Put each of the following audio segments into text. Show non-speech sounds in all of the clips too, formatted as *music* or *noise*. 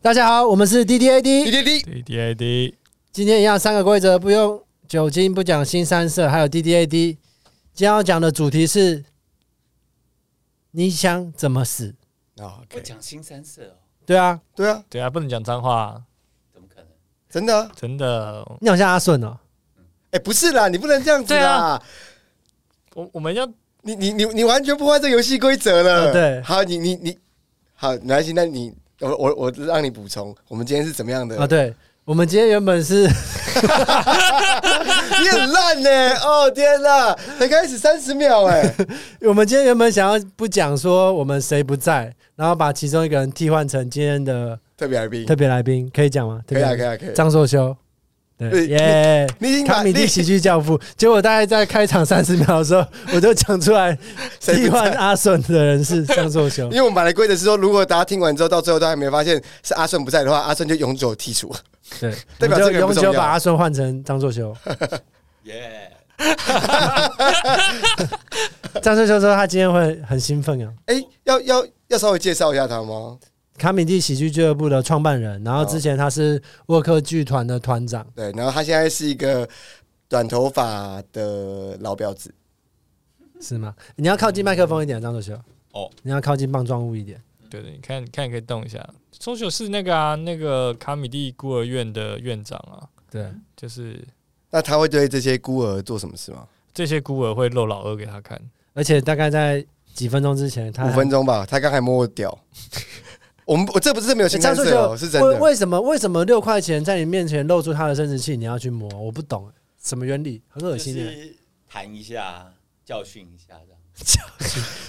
大家好，我们是 D D A D，滴滴滴， D D A D，今天一样三个规则，不用酒精，不讲新三色，还有 D D A D。今天要讲的主题是你想怎么死？啊，不 OK 讲新三色哦，对啊，对啊，对啊，不能讲脏话，怎么可能？真的啊，真的。你好像阿顺哦、哎，不是啦，你不能这样子对啦啊，我我们要你你你你完全破坏这个游戏规则啊了。对好，你你你，好，没关系，那你我我我让你补充，我们今天是怎么样的啊，？对，我们今天原本是 *laughs* 你很烂呢，哦天哪，才开始三十秒哎， *laughs* 我们今天原本想要不讲说我们谁不在，然后把其中一个人替换成今天的特别来宾特，别来宾，可以讲吗？可以啊特别可以来啊可以宾，。张硕修，对，对耶、你已经把康米你蒂喜剧教父，结果大概在开场三十秒的时候，我就讲出来谁不在替换阿顺的人是张硕修因。为我们本来规则是说，如果大家听完之后，到最后都还没发现是阿顺不在的话，阿顺就永久剔除。对， *laughs* 我代们表这个就人不永重要久把阿顺换成张硕 *laughs* 修。耶、张硕修说他今天会很兴奋啊。哎、要要要稍微介绍一下他吗？卡米蒂喜剧俱乐部的创办人，然后之前他是沃克剧团的团长，对，然后他现在是一个短头发的老婊子。是吗？你要靠近麦克风一点，张硕修。哦，你要靠近棒状物一点。对对，你看看可以动一下。搜九是那个啊，那个卡米蒂孤儿院的院长啊，对，嗯就是那他会对这些孤儿做什么事吗？这些孤儿会露老二给他看。而且大概在几分钟之前，他五分钟吧，他刚才摸我屌。 *laughs* 我们我这不是没有欸情感张色秀哦，秀是真为的。为什么为什么六块钱在你面前露出他的生殖器，你要去摸？我不懂欸什么原理，很恶就心欸的。是谈一下，教训一下这样。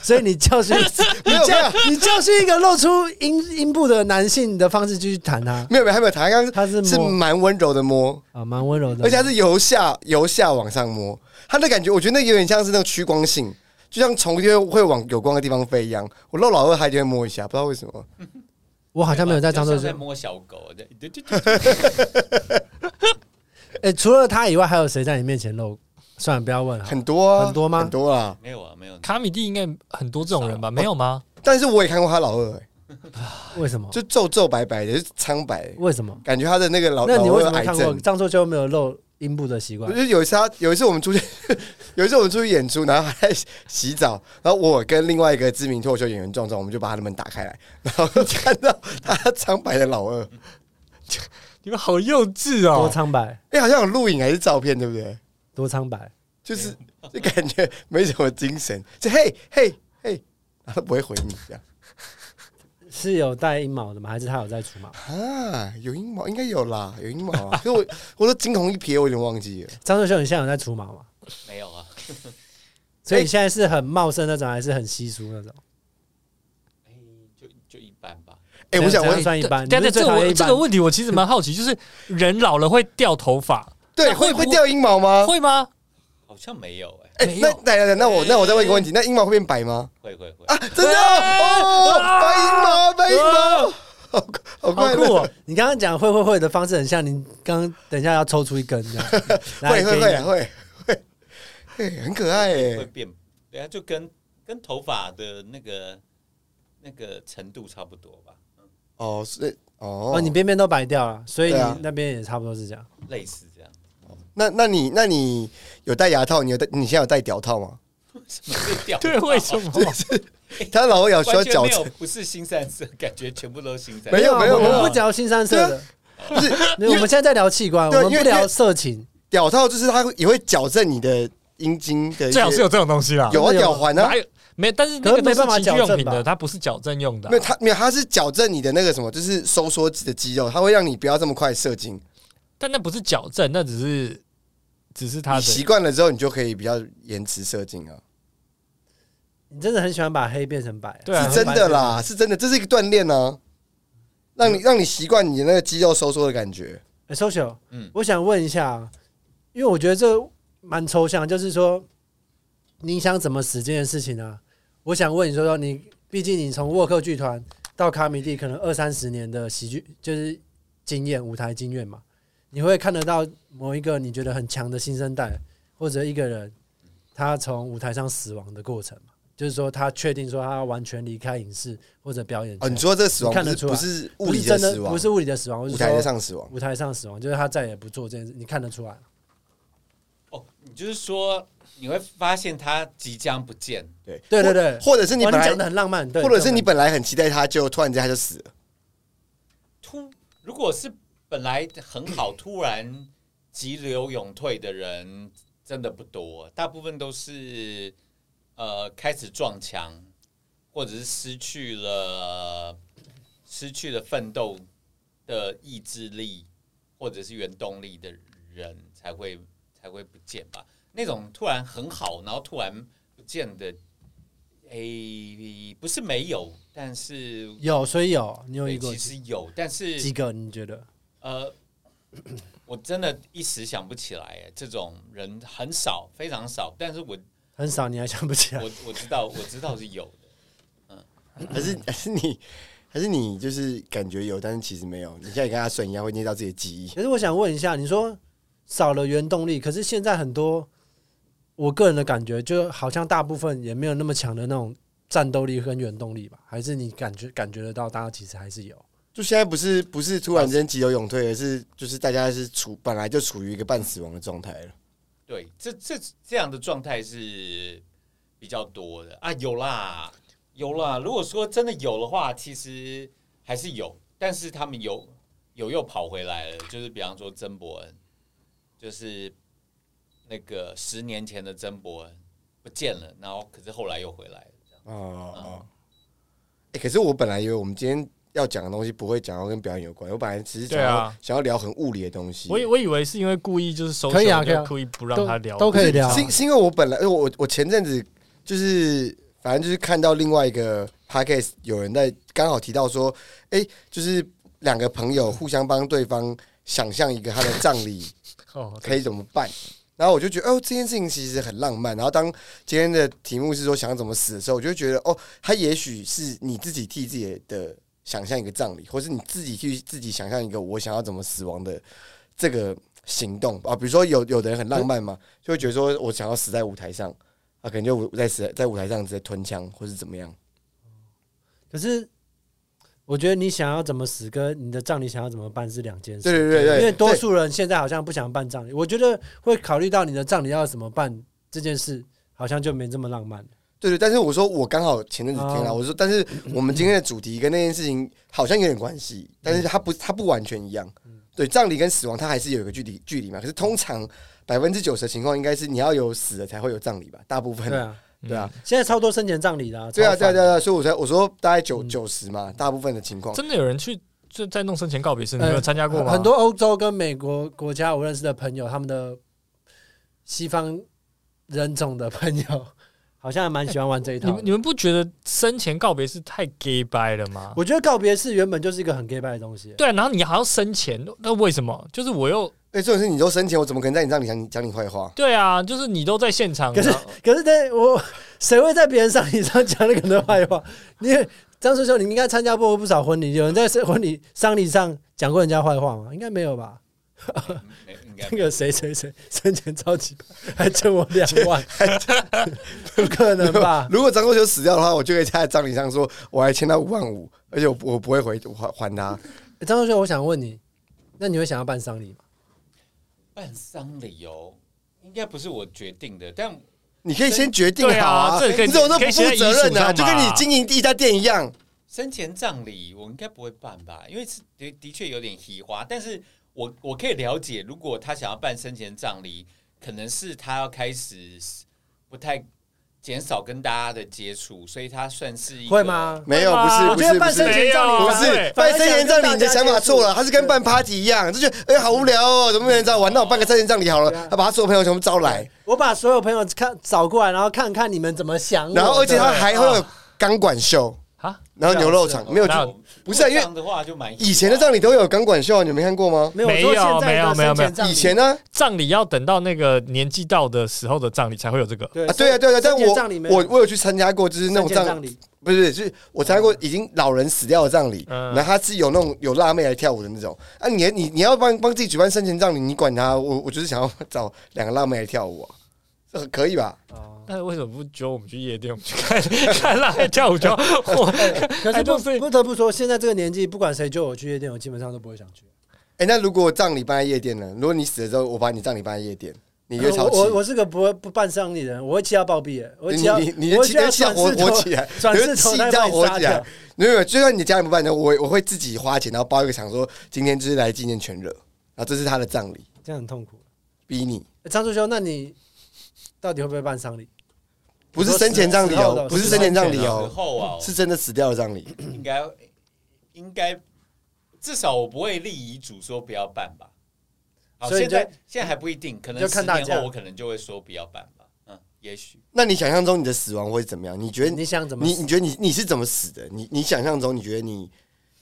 所以你教 *laughs* 训你没有教你教训一个露出阴阴部的男性你的方式，就去弹他，没有没有，还没有谈，他刚他是刚是摸蛮温柔的摸，啊，蛮温柔的，而且他是由下由下往上摸，他的感觉我觉得那有点像是那种趋光性，就像虫就会往有光的地方飞一样。我露老二还就会摸一下，不知道为什么。我好像没有在张就秀像在秀。摸小狗的，对对哎，除了他以外，还有谁在你面前露？算了，不要问了。很多、啊、很多吗很多啊！没有啊，没有。卡米蒂应该很多这种人吧？没有吗？但是我也看过他老二、欸， *laughs* 为什么？就皱皱白白的，就是苍白、为什么？感觉他的那个老那你老为什二么癌看过症。张秀秀没有露阴部的习我惯就？是有一次他，有一次我们出去， *laughs* 有一次我们出去演出，然后还在洗澡，然后我跟另外一个知名脱口秀演员壮壮，我们就把他的门打开来，然后就看到他苍白的老 *laughs* 二，你们好幼稚多哦！苍白，哎、好像有录影还是照片，对不对？多苍白。就是就感觉没什么精神， *laughs* 就嘿嘿嘿，他都不会回你这样是有带阴毛的吗？还是他有在除毛？啊，有阴毛应该有啦，有阴毛啊， *laughs* 可是我我都惊鸿一瞥，我有点忘记了。张秀秀，你现在有在除毛吗？没有啊， *laughs* 哎所以你现在是很茂盛那种，还是很稀疏那种？哎、就就一般吧。哎、我想这样问，算一般，但你是是最这讨厌我一这般个问题，我其实蛮好奇，就是人老了会掉头发，对，那会会不会掉阴毛啊吗？会吗？好像没有哎、哎、没那有来来来，那我那我再问一个问题，那阴毛会变白吗？会会会，哎啊，真的哦，哦白阴毛，白阴啊毛，好好好快酷乐，哦！你刚刚讲会会会的方式很像你刚刚等一下要抽出一根这样，来 *laughs* 会会给你会会会，嘿很可爱会哎。变，对啊，就跟跟头发的那个那个程度差不多吧，哦，所以哦哦，，你边边都白掉了，所以对你啊那边也差不多是这样。类似这样。那那你那你有戴牙套？你有戴？你现在有戴屌套吗？什么被掉？对，为什么？他老二有需要完全矫没有正，，不是新三色，感觉全部都是新三没色。有啊没有我们没有啊不聊新三色的， *laughs* 不是没有我们现在在聊器官，对我们因不为因聊为色情。屌套就是它会也会矫正你的阴茎的一些，最好是有这种东西啦。有啊有屌环啊哪，有？没，但是可那个是没办法都是情矫趣用正品吧的，它不是矫正用的啊没有。它没有它是矫正你的那个什么，就是收缩的肌肉，它会让你不要这么快射精。但那不是矫正，那只是只是他你的习惯了之后，你就可以比较延迟射精啊。你真的很喜欢把黑变成白啊，对啊是真的啦，是真的，这是一个锻炼呢，让你让你习惯你的那个肌肉收缩的感觉。哎、s o c i a 嗯嗯，我想问一下，因为我觉得这蛮抽象，就是说你想怎么死这件事情啊？我想问你说说你，毕竟你从沃克剧团到卡米蒂，可能二三十年的喜剧就是经验、舞台经验嘛，你会看得到某一个你觉得很强的新生代，或者一个人他从舞台上死亡的过程嘛？就是说他确定说他完全离开影视或者表演哦，界，你说这死亡你看不得是出来不是物不是理真死的亡，不是物理的死亡，我是舞台说上死亡，舞台上死亡，就是他再也不做这件事，你看得出来。哦，你就是说你会发现他即将不见，对对对或对或者是你哇本你来讲的很浪漫，对，或者是你浪本来很期待他，就突然间他就死了。突如果是本来很好，突然急流勇退的人真的不多，大部分都是呃开始撞墙，或者是失去了失去了奋斗的意志力，或者是原动力的人才会才会不见吧。那种突然很好，然后突然不见的，诶、不是没有，但是漫有，所以有，你有对一个其实有，但是几个？你觉得？呃，我真的一时想不起来，哎这种人很少，非常少。但是我很少，你还想不起 *laughs* 来？我我知道，我知道是有的。还是还是你还是你就是感觉有，但是其实没有。你现在跟阿顺一样，会捏到自己的记忆。可是我想问一下，你说少了原动力，可是现在很多，我个人的感觉就好像大部分也没有那么强的那种战斗力跟原动力吧？还是你感觉感觉得到，大家其实还是有？就现在不是不是突然间急流勇退，而是就是大家是处本来就处于一个半死亡的状态了。对，这这这样的状态是比较多的啊，有啦，有啦。如果说真的有的话，其实还是有，但是他们有有又跑回来了，就是比方说曾伯恩，就是那个十年前的曾伯恩不见了，然后可是后来又回来了。哦哦。哎、可是我本来以为我们今天要讲的东西不会讲到跟表演有关，我本来只是想要、对啊想要聊很物理的东西。我以我以为是因为故意就是收手，可以啊就可以啊故意不都让他聊，都可以聊啊。是是因为我本来我我我前阵子就是反正就是看到另外一个 podcast 有人在刚好提到说，哎、就是两个朋友互相帮对方想象一个他的葬礼哦，可以怎么办。然后我就觉得，哦，这件事情其实很浪漫。然后当今天的题目是说想怎么死的时候，我就觉得，哦，他也许是你自己替自己的想象一个葬礼，或是你自己去自己想象一个我想要怎么死亡的这个行动啊。比如说有有的人很浪漫嘛，嗯就会觉得说我想要死在舞台上啊，可能就在死在舞台上直接吞枪或是怎么样。可是我觉得你想要怎么死，跟你的葬礼想要怎么办是两件对事。对对对，因为多对数人现在好像不想办葬礼，我觉得会考虑到你的葬礼要怎么办这件事，好像就没这么浪漫了。对对，但是我说我刚好前阵子听了，哦我说，但是我们今天的主题跟那件事情好像有点关系，但是它不它不完全一样。嗯对，葬礼跟死亡它还是有一个距离距离嘛。可是通常百分之九十的情况应该是你要有死了才会有葬礼吧，大部分对啊，对啊，嗯现在超多生前葬礼的、啊。对超啊对烦的啊对啊，对啊所以我才我说大概九嗯九十嘛，大部分的情况。真的有人去就在弄生前告别式，你呃没有参加过吗？很多欧洲跟美国国家我认识的朋友，他们的西方人种的朋友， *laughs* 好像还蛮喜欢玩这一你套们的。你们不觉得生前告别式太 gay 掰了吗？我觉得告别式原本就是一个很 gay 拜的东西。对啊，然后你还要生前，那为什么？就是我又哎，这种事你都生前，我怎么可能在你葬礼讲你讲你坏话？对啊，就是你都在现场，可是然后可是对我， *laughs* 谁会在别人丧礼上讲那个人的坏话？你张师兄，你应该参加过不少婚礼，有人在婚礼丧礼上讲过人家坏话吗？应该没有吧？嗯没应该那个谁谁谁生前超级棒还欠我两 *laughs* 万， *laughs* 不可能吧？如果张国修死掉的话，我就可以在他的葬礼上说，我还欠他五万五，而且我不我不会回还还他。张师兄，我想问你，那你会想要办丧礼吗？办丧礼哦，应该不是我决定的，但你可以先决定对好啊，这个可以你怎么那么可不以写在负遗责嘱任呢、啊上就跟你嘛经营一家店一样，生前葬礼我应该不会办吧，因为是的的确有点奇花，但是我我可以了解，如果他想要办生前葬礼，可能是他要开始不太减少跟大家的接触，所以他算是一个会？吗？没有，不我是，不觉得是，办不生是。前葬礼不反而是对办生前葬礼，你的想法错了，反他而是想跟大跟家办 party 一样，就觉得哎、好无聊哦，怎么没人找我玩？那我办个生前葬礼好了对啊，他把他所有朋友全部招来接，触。我把所有朋友看找过来，然后看看你们怎么想我。然后而且他对啊还会有钢管秀，啊，然后牛肉场没有，那不是啊因为这样的话就蛮以前的葬礼都有钢管秀啊，你们看过吗？没有我说现在的没有没生前有没有葬礼以前呢？葬礼要等到那个年纪到的时候的葬礼才会有这个。对啊，对啊，对啊，但生前葬礼没我有我我有去参加过，就是那种生前葬葬礼，不是，就是我参哦加过已经老人死掉的葬礼，嗯然后他是有那种有辣妹来跳舞的那种。啊你，你你要帮帮自己举办生前葬礼，你管他？我我就是想要找两个辣妹来跳舞、啊，这很可以吧？哦，那为什么不揪我们去夜店？我们去看 *laughs* 看 *laughs* 那黑跳舞就我可是 I 哎不 don't think- 不得不说，现在这个年纪，不管谁救我去夜店，我基本上都不会想去。哎、那如果葬礼办在夜店呢？如果你死了之后，我把你葬礼办在夜店，你就超呃我气。我我是个不会不办丧礼的人，我会气到暴毙的，我会你气到你你的我会气气到气到活转世头活起来， *laughs* 转世你的投气胎到把你活杀起来掉。。没有，没有就算你家人不办的，我我会自己花钱，然后包一个场说今天就是来纪念全热，然后这是他的葬礼，这样很痛苦。逼你欸张叔兄，那你到底会不会办丧礼？不是生前葬死礼后哦，的不是生前葬礼死哦，后啊，是真的死掉的葬礼。 *clears throat* 应该应该至少我不会立遗嘱说不要办吧。好，所以现就在现在还不一定，可能就十看大年家后我可能就会说不要办吧。嗯，也许那你想象中你的死亡会怎么样？你觉得你想怎么你死？你觉得你你是怎么死的？你你想象中你觉得你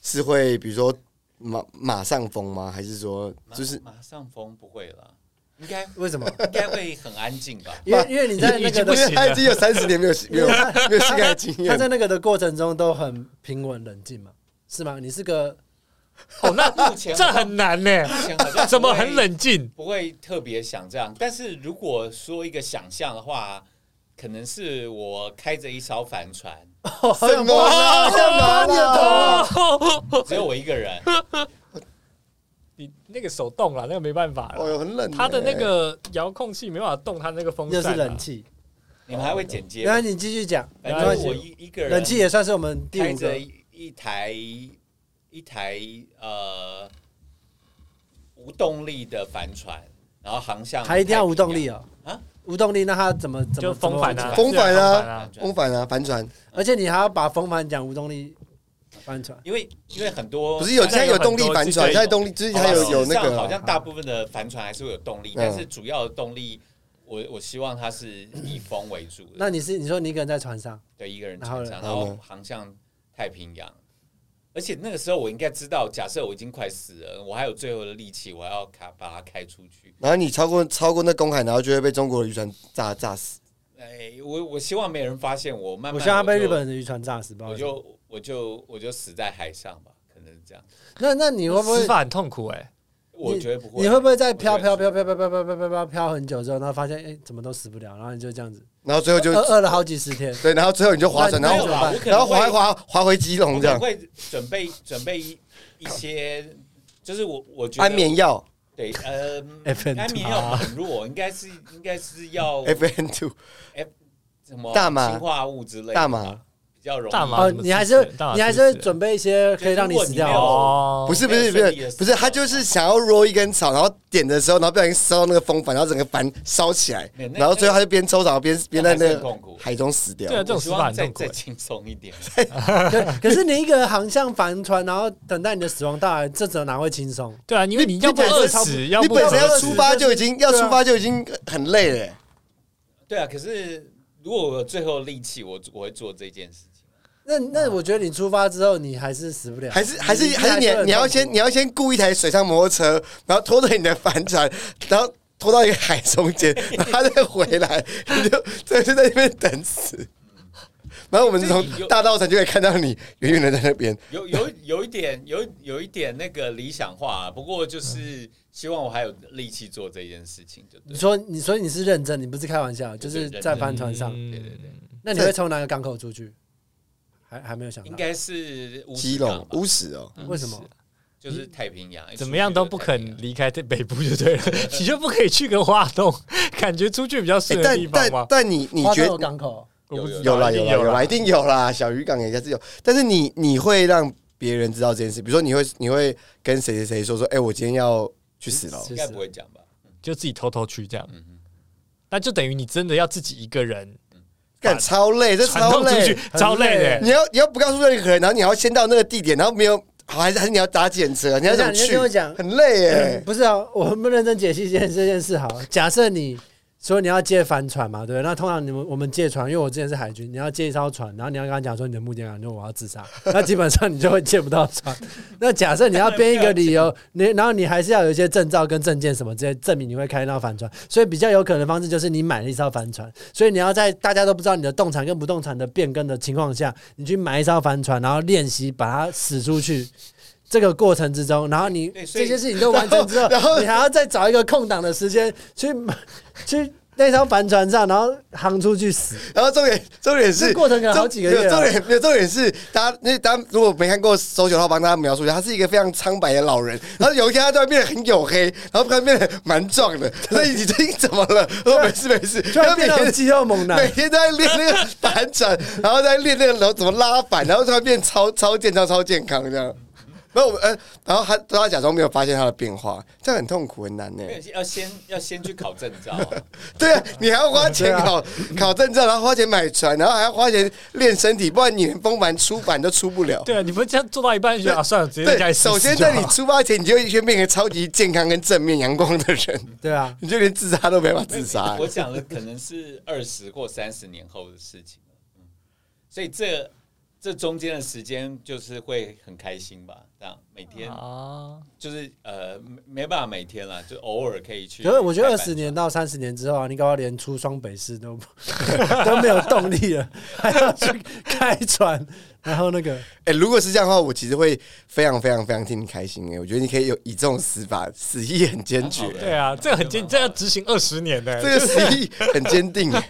是会比如说马马上疯吗？还是说嗯马就是马上封不会了，应该为什么？。应该会很安静吧 *laughs* 因为因为你在那已经个不因的，为行他已经有三十年没有没有没有性爱经他验，在那个的过程中都很平稳冷静嘛，是吗？你是个哦， *laughs* 那啊目前这很难呢、目前好像怎么不会很冷静？不会特别想这样，但是如果说一个想象的话，可能是我开着一艘帆 *laughs* 船，什么啦？干嘛啦？哦只有我一个人，你那个手动了，那个没办法哦了。呦，很冷欸。他的那个遥控器没办法动，他那个风又扇、是啊、冷气。你们还会剪接原吗来，你继续讲，没反关正系我一一个人冷气也算是我们第开五着个。一一台一台呃无动力的帆船，然后航向还一定要太平无动力哦，啊无动力，那他怎么怎就么风帆啊，怎么风帆啊是洋，风帆啊，帆船而且你还要把风帆讲无动力帆船，因为因为很多不是有现帆在有动力帆船，有很多现在动力之前还好有吧有事那实上个好啊像大部分的帆船还是会有动力，嗯但是主要的动力，我我希望它是以风为主的，那你是你说你一个人在船上，对一个人然后船呢上，然然后呢后航向太平洋。而且那个时候我应该知道，假设我已经快死了，我还有最后的力气，我要卡把它开出去。然后你超过超过那公海，然后就会被中国的渔船炸炸死。哎，我我希望没人发现我，慢我慢希望他被就日本的渔船炸死，不好我意思。就我就我就死在海上吧，可能是这样。那那你会不死会？法很痛苦哎、我觉得不会，你会不会在飘我觉飘飘飘得飘飘飘飘飘飘飘很久之后，然后发现哎、诶怎么都死不了，然后你就这样子然后最后就饿饿了好几十天，对，然后最后你就划船，那然没你有后就啦，我可然后能划会一划划回基我隆这可能样，会准备准备一一些，就是我我觉得安眠药对，呃， FN2 安眠啊药很弱，应该是应该是要 FN two 什么大麻氰化物之类的大麻，比较容易。大麻哦，怎么你还死是的大麻你还是怎么会死的准备一些可以让你死掉的。如果你没有哦，不是不是不没有顺利是的死不是，他就是想要 roll 一根草，然后点的时候，然后不小心烧到那个风帆，然后整个帆烧起来没有，那然后最后他就边抽草边边在那还那是很个痛苦海中死掉对。啊，这种我死希法望很再痛苦再欸、轻松一 *laughs* 点，可可是你一个航向帆船，然后等待你的死亡到来，这怎么哪会轻松？对啊，因为你要不本身饿差不多死，要你不本身渴要死出发就已经要对啊出发就已经很累了欸。对啊。可是如果我有最后的力气，我我会做这件事情。那那我觉得你出发之后，你还是死不了，嗯还是还是你还是还会你很你要痛苦先你要先雇一台水上摩托车，然后拖着你的帆船， *laughs* 然后拖到一个海中间，然后他再回来，你就这就在那边等死。然后我们从大道上就可以看到你远远的在那边，有有有一点有有一点那个理想化、啊不过就是希望我还有力气做这件事情，就对你。说你所以你是认真，你不是开玩笑，就对是认真在帆船上。嗯对对对那你会从哪个港口出去？还还没有想到，应该是乌基石隆港吧，乌死哦，为什么？就是太平洋，哎哎怎么样都不肯离开这北部就对了，你就不可以去个花东， *laughs* 感觉出去比较哎顺的但地方但吗？但你你花觉东有得港口？我不知道有啦一有定啦有啦啦，一定有啦，小渔港也还是有，但是你你会让别人知道这件事，比如说你会你会跟谁谁谁说说，哎，我今天要去死了哦，是应该不会讲吧？就自己偷偷去这样，嗯哼，那就等于你真的要自己一个人干超累，这传超送出累去，，超累的欸。你要你要不告诉任何人，然后你还要先到那个地点，然后没有，好还是还是你要搭检车，你要怎么你先去？跟我讲很累耶、不是啊，我们不认真解析这件这件事好了。假设你说你要借帆船嘛，对不对？那通常你们我们借船，因为我之前是海军，你要借一艘船，然后你要跟他讲说你的目的感，就我要自杀，那基本上你就会借不到船。那假设你要编一个理由，你然后你还是要有一些证照跟证件什么之类证明你会开那艘帆船，所以比较有可能的方式就是你买了一艘帆船，所以你要在大家都不知道你的动产跟不动产的变更的情况下，你去买一艘帆船，然后练习把它驶出去。这个过程之中，然后你对所以这些事情都完成之后，然后然后你还要再找一个空档的时间去去那艘帆船上，然后航出去死，然后重点重点这是过程可能好几个没月有重啊。点，没有重点是，大家那大家如果没看过《手九号》，帮大家描述一下，他是一个非常苍白的老人，然后有一天他突然变得很黝黑，然后突然变得蛮 *laughs* 壮的，他说你最近怎么了？我说没事没事，突然每变成天肌肉 *laughs* 猛每男，天都在练那个反转，然后在练那个然后怎么拉反，然后突然变超超健康超健康这样。然后我们呃，然后他他假装没有发现他的变化，这样很痛苦很难呢、 *laughs* 没有要先要先去考证照啊， *laughs* 对啊，你还要花钱考、考证照，然后花钱买船，然后还要花钱练身体，不然你连风帆出版都出不了。对啊，你们这样做到一半就觉得啊，算了，直接在家对，里死首先就在你好出发前，你就先变成超级健康跟正面阳光的人，对啊，你就连自杀都没法没自有杀、 *laughs* 我讲的可能是二十或三十年后的事情了嗯所以这这中间的时间就是会很开心吧？这样每天啊，就是呃没没办法每天啦，就偶尔可以去。可是我觉得二拜拜十年到三十年之后啊，你搞不好连出双北市都都没有动力了，还要去开船，然后那个哎、如果是这样的话，我其实会非常非常非常替你开心哎、我觉得你可以有以这种死法，死意很坚决蛮，好的对啊，这个很坚，这要执行二十年的，这个死意很坚定、欸，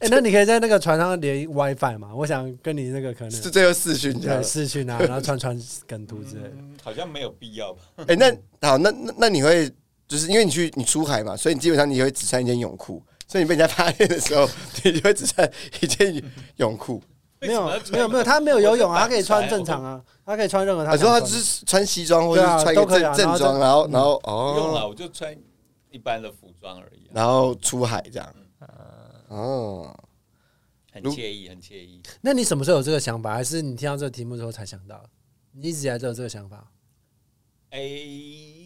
哎、那你可以在那个船上连 WiFi 嘛？我想跟你那个可能是最后四训这样对。视讯啊，然后传传梗图之类的。嗯好像没有必要吧？哎、那好，那那那你会就是因为你去你出海嘛，所以你基本上你会只穿一件泳裤，所以你被人家发现的时候，你就会只穿一件泳裤。没有为什么要穿没有没有，他没有游泳啊，我他是可以穿正常啊，他可以穿任何他你想说穿他的。只是穿西装或者对啊是穿一个都可以正啊正装，然后然后不用了，哦，我就穿一般的服装而已啊、然后出海这样。嗯哦，很如惬意，很惬意。那你什么时候有这个想法？还是你听到这个题目之后才想到？你一直以来都有这个想法？哎、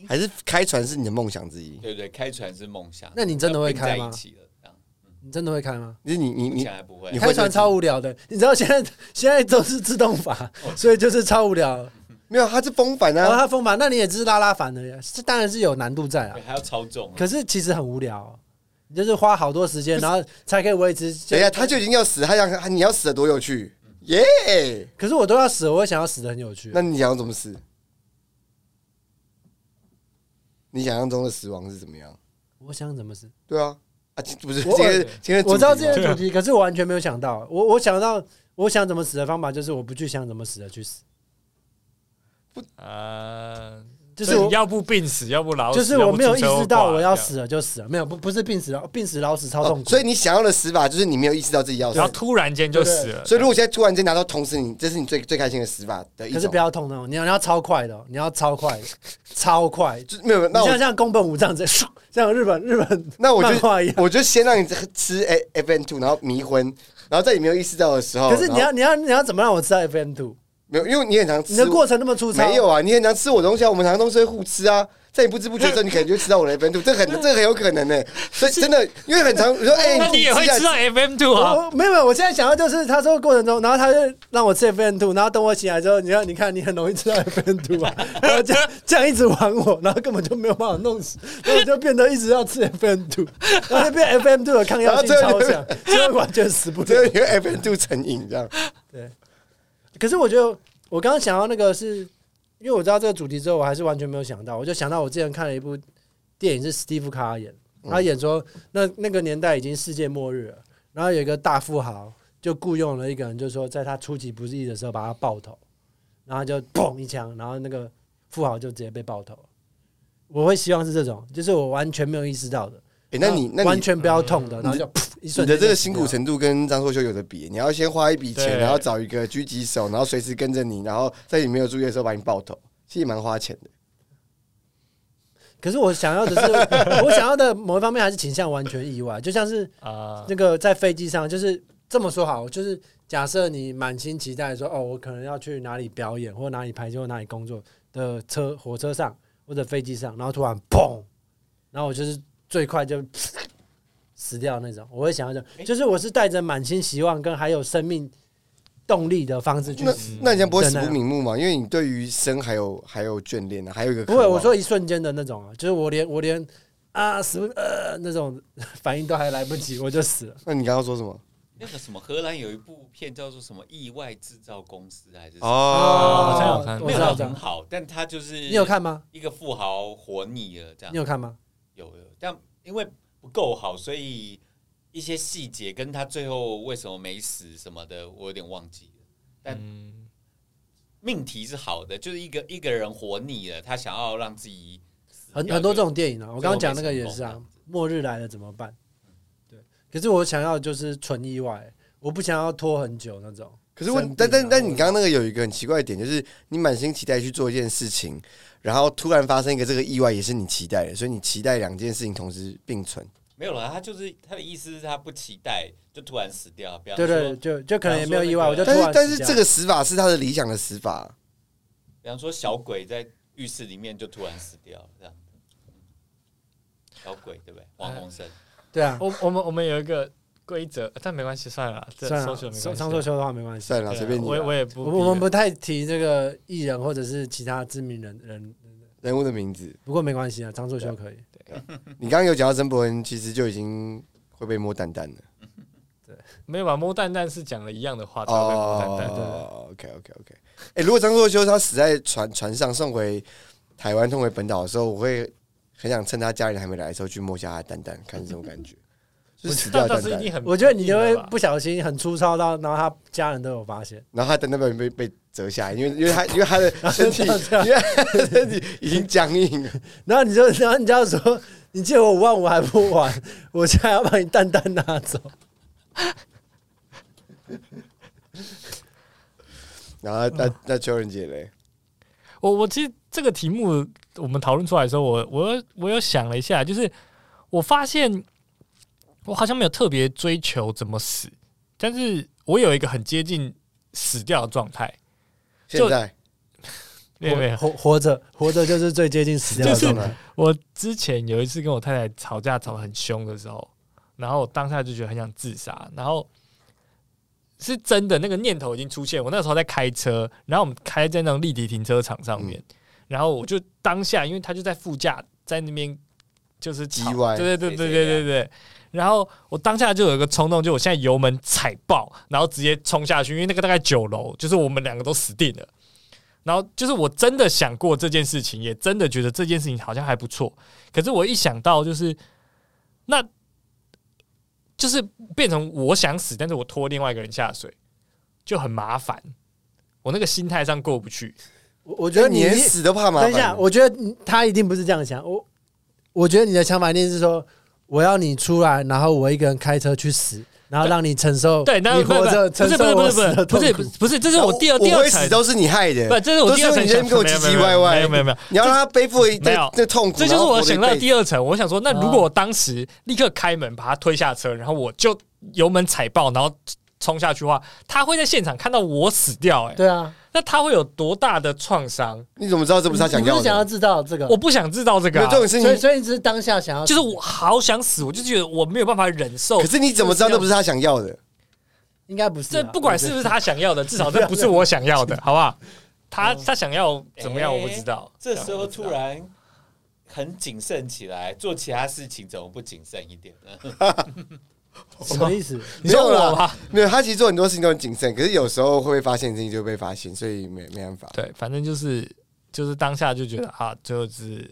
还是开船是你的梦想之一？对对，开船是梦想。那你真的会开吗要并在一起了，这样你真的会开吗？就是你你目你前还不会啊你。会开船超无聊的，你知道现在现在都是自动法，所以就是超无聊。哦没有，他是风帆然后哦啊。他风帆，那你也只是拉拉帆而已啊，这当然是有难度在啊对。还要超重、啊，可是其实很无聊哦、你就是花好多时间，然后才可以维持。等一下，他就已经要死，他想你要死的多有趣耶可是我都要死了，我会想要死的很有趣。那你想要怎么死？你想象中的死亡是怎么样？我想怎么死？对啊，啊，今不是我呃今天今天我知道这些些主题，可是我完全没有想到。我我想到我想怎么死的方法，就是我不去想怎么死的去死，呃，就所是以你我要不病死，要不老死，就是要我不没有出意车识到祸啊我要这样，死了就死了，没有不不是病死老病死老死超痛哦苦，所以你想要的死法就是你没有意识到自己要死啊然。后突然间就死了，所以如果现在突然间拿到同时你，这是你最最开心的死法的一可是种不，要痛那种，你要你要超快的哦，你要超快的，超快。就是没有。你 *laughs* 那像我像宫本武藏这样，像日本日本那我漫就画一样。我就先让你吃 A F N two，然后迷昏，然后在你没有意识到的时候，可是你然后要你要你要怎么让我吃到 FM two？没有，因为你很常吃你的过程那么粗糙，没有啊，你很常吃我的东西啊，我们常常东西会互吃啊。在你不知不觉之后，你可能就吃到我的 F N two，这很这很有可能呢、所以真的，因为很常你说哎，那你也会吃啊知道 FM two 啊？ *laughs* 我 *laughs* 我没有没有，我现在想要就是他说过程中，然后他就让我吃 FN two，然后等我醒来之后，你看你看你很容易吃到 FN two *laughs* 啊，然后这样这样一直玩我，然后根本就没有办法弄死，然后就变得一直要吃 FN two，然后就变 FN two 的抗药性 *laughs* 然后超最后强，最后完全死不只有了。你会 F N two 成瘾这样。可是我觉得我刚刚想到那个是，因为我知道这个主题之后，我还是完全没有想到，我就想到我之前看了一部电影是史蒂夫卡尔演，嗯他演说那那个年代已经世界末日了，然后有一个大富豪就雇佣了一个人，就说在他出其不意的时候把他爆头，然后他就砰一枪，然后那个富豪就直接被爆头。我会希望是这种，就是我完全没有意识到的，哎、那你那啊完你全不要痛的，嗯然后就噗一瞬间你的就这个死辛掉苦程度跟张硕修有的比，你要先花一笔钱，对然后找一个狙击手，然后随时跟着你，然后在你没有注意的时候把你爆头，其实也蛮花钱的。可是我想要的是，我想要的某一方面还是倾向完全意外，就像是啊，那个在飞机上，就是这么说好，就是假设你满心期待说，哦，我可能要去哪里表演，或哪里排球，或哪里工作的车火车上或者飞机上，然后突然砰，然后我就是最快就 *laughs* 死掉那种，我会想要这样，就是我是带着满心希望跟还有生命动力的方式去那死。那你这样不会死不瞑目吗？因为你对于生还有还有眷恋啊呢，还有一个不渴会，望我说一瞬间的那种啊，就是我连我连啊死不呃那种 *laughs* 反应都还来不及，我就死了。那你刚刚说什么？那个什么荷兰有一部片叫做什么《意外制造公司》还是什么，哦好像有看我没知有道，到我知道很。好，但他就是你有看吗？一个富豪活腻了这样你，有看吗？有有，但因为不够好，所以一些细节跟他最后为什么没死什么的，我有点忘记了。但嗯，命题是好的，就是一个一个人活腻了，他想要让自己死很掉很多这就种电影啊，我刚刚讲那个也是最后啊没成功，末日来了怎么办？对，可是我想要就是纯意外，我不想要拖很久那种。啊可是问，但但但你刚刚那个有一个很奇怪的点，就是你满心期待去做一件事情，然后突然发生一个这个意外，也是你期待的，所以你期待两件事情同时并存。没有了。他就是他的意思是他不期待，就突然死掉。比方对说，对，就就可能也没有意外，我比就方突但然是但是死掉这个死法是他的理想的死法，比方说小鬼在浴室里面就突然死掉，这样。小鬼对不对？王洪生，对啊，我我们我们有一个规则，但没关系，算了啦，这算搜了，索没上关上说系啦。球的话没关系。算了，对啊随便你啊我也啦。我也不啊我逼们人，我们不太提这个艺人或者是其他知名人人，人物的名字，不过没关系啊，张作修可以。你刚刚有讲到曾伯恩，其实就已经会被摸蛋蛋了。没有吧？摸蛋蛋是讲了一样的话，才啊会被摸蛋蛋。哦，OK OK OK。哎，如果张作修他死在船船上送回台湾送回本岛的时候，我会很想趁他家人还没来的时候去摸一下他的蛋蛋，看是什么 *laughs* 感觉。就是死掉但的蛋但是一蛋定，很，我觉得你就一定会的吧不小心很粗糙到，然后他家人都有发现。然后他蛋蛋被被被折下来，因为因为他因为他 *laughs* 的身体，然后就这样因为他的身体已经僵硬了。然后你就， *laughs* 然后你就要说，你借我五万我还不还，我现在要把你蛋蛋拿走。然后那那邱仁杰嘞，我我其实这个题目我们讨论出来的时候，我我我有想了一下，就是我发现我好像没有特别追求怎么死，但是我有一个很接近死掉的状态，就现在对没有？活活着，活着就是最接近死掉的就是状态。我之前有一次跟我太太吵架吵得很凶的时候，然后我当下就觉得很想自杀，然后是真的那个念头已经出现。我那时候在开车，然后我们开在那种立体停车场上面，嗯然后我就当下，因为他就在副驾在那边就是吵叽歪对对对对对对对。然后我当下就有一个冲动，就我现在油门踩爆，然后直接冲下去，因为那个大概九楼，就是我们两个都死定了。然后就是我真的想过这件事情，也真的觉得这件事情好像还不错。可是我一想到就是，那就是变成我想死，但是我拖另外一个人下水，就很麻烦。我那个心态上过不去，我我我觉得你连死都怕麻等烦。一下，我觉得你他一定不是这样想。我我觉得你的想法一定是说，我要你出来，然后我一个人开车去死，然后让你承受对，那你活着不承是不受是不我是不死是的不痛是苦不。是不是，这是我第二我第我二会死层，都是你害的不，，这是我第二层想，没有没有没有，你要让他背负一没有这痛苦，这就是然后我活得一想到的辈子第二层。我想说，那如果我当时立刻开门把他推下车，然后我就油门踩爆，然后冲下去的话，他会在现场看到我死掉、哎，对啊，那他会有多大的创伤？你怎么知道这不是他想你不要是想要的？制造这个，我不想知道这没个、有啊这，种事所以情，所以你只是当下想要死，就是我好想死，我就觉得我没有办法忍受可。是你怎么知道那不是他想要的？应该不是啊、这不管是不是他想要的，至少这不是我想要的，好不好？他他想要怎么样，我不知道。哎这时候突然很谨慎起来，做其他事情怎么不谨慎一点 *laughs* 呢？什么意思？你说没有我啦吧，没有，他其实做很多事情都很谨慎，可是有时候会被发现，事情就被发现，所以没没办法。对，反正就是就是当下就觉得啊，就是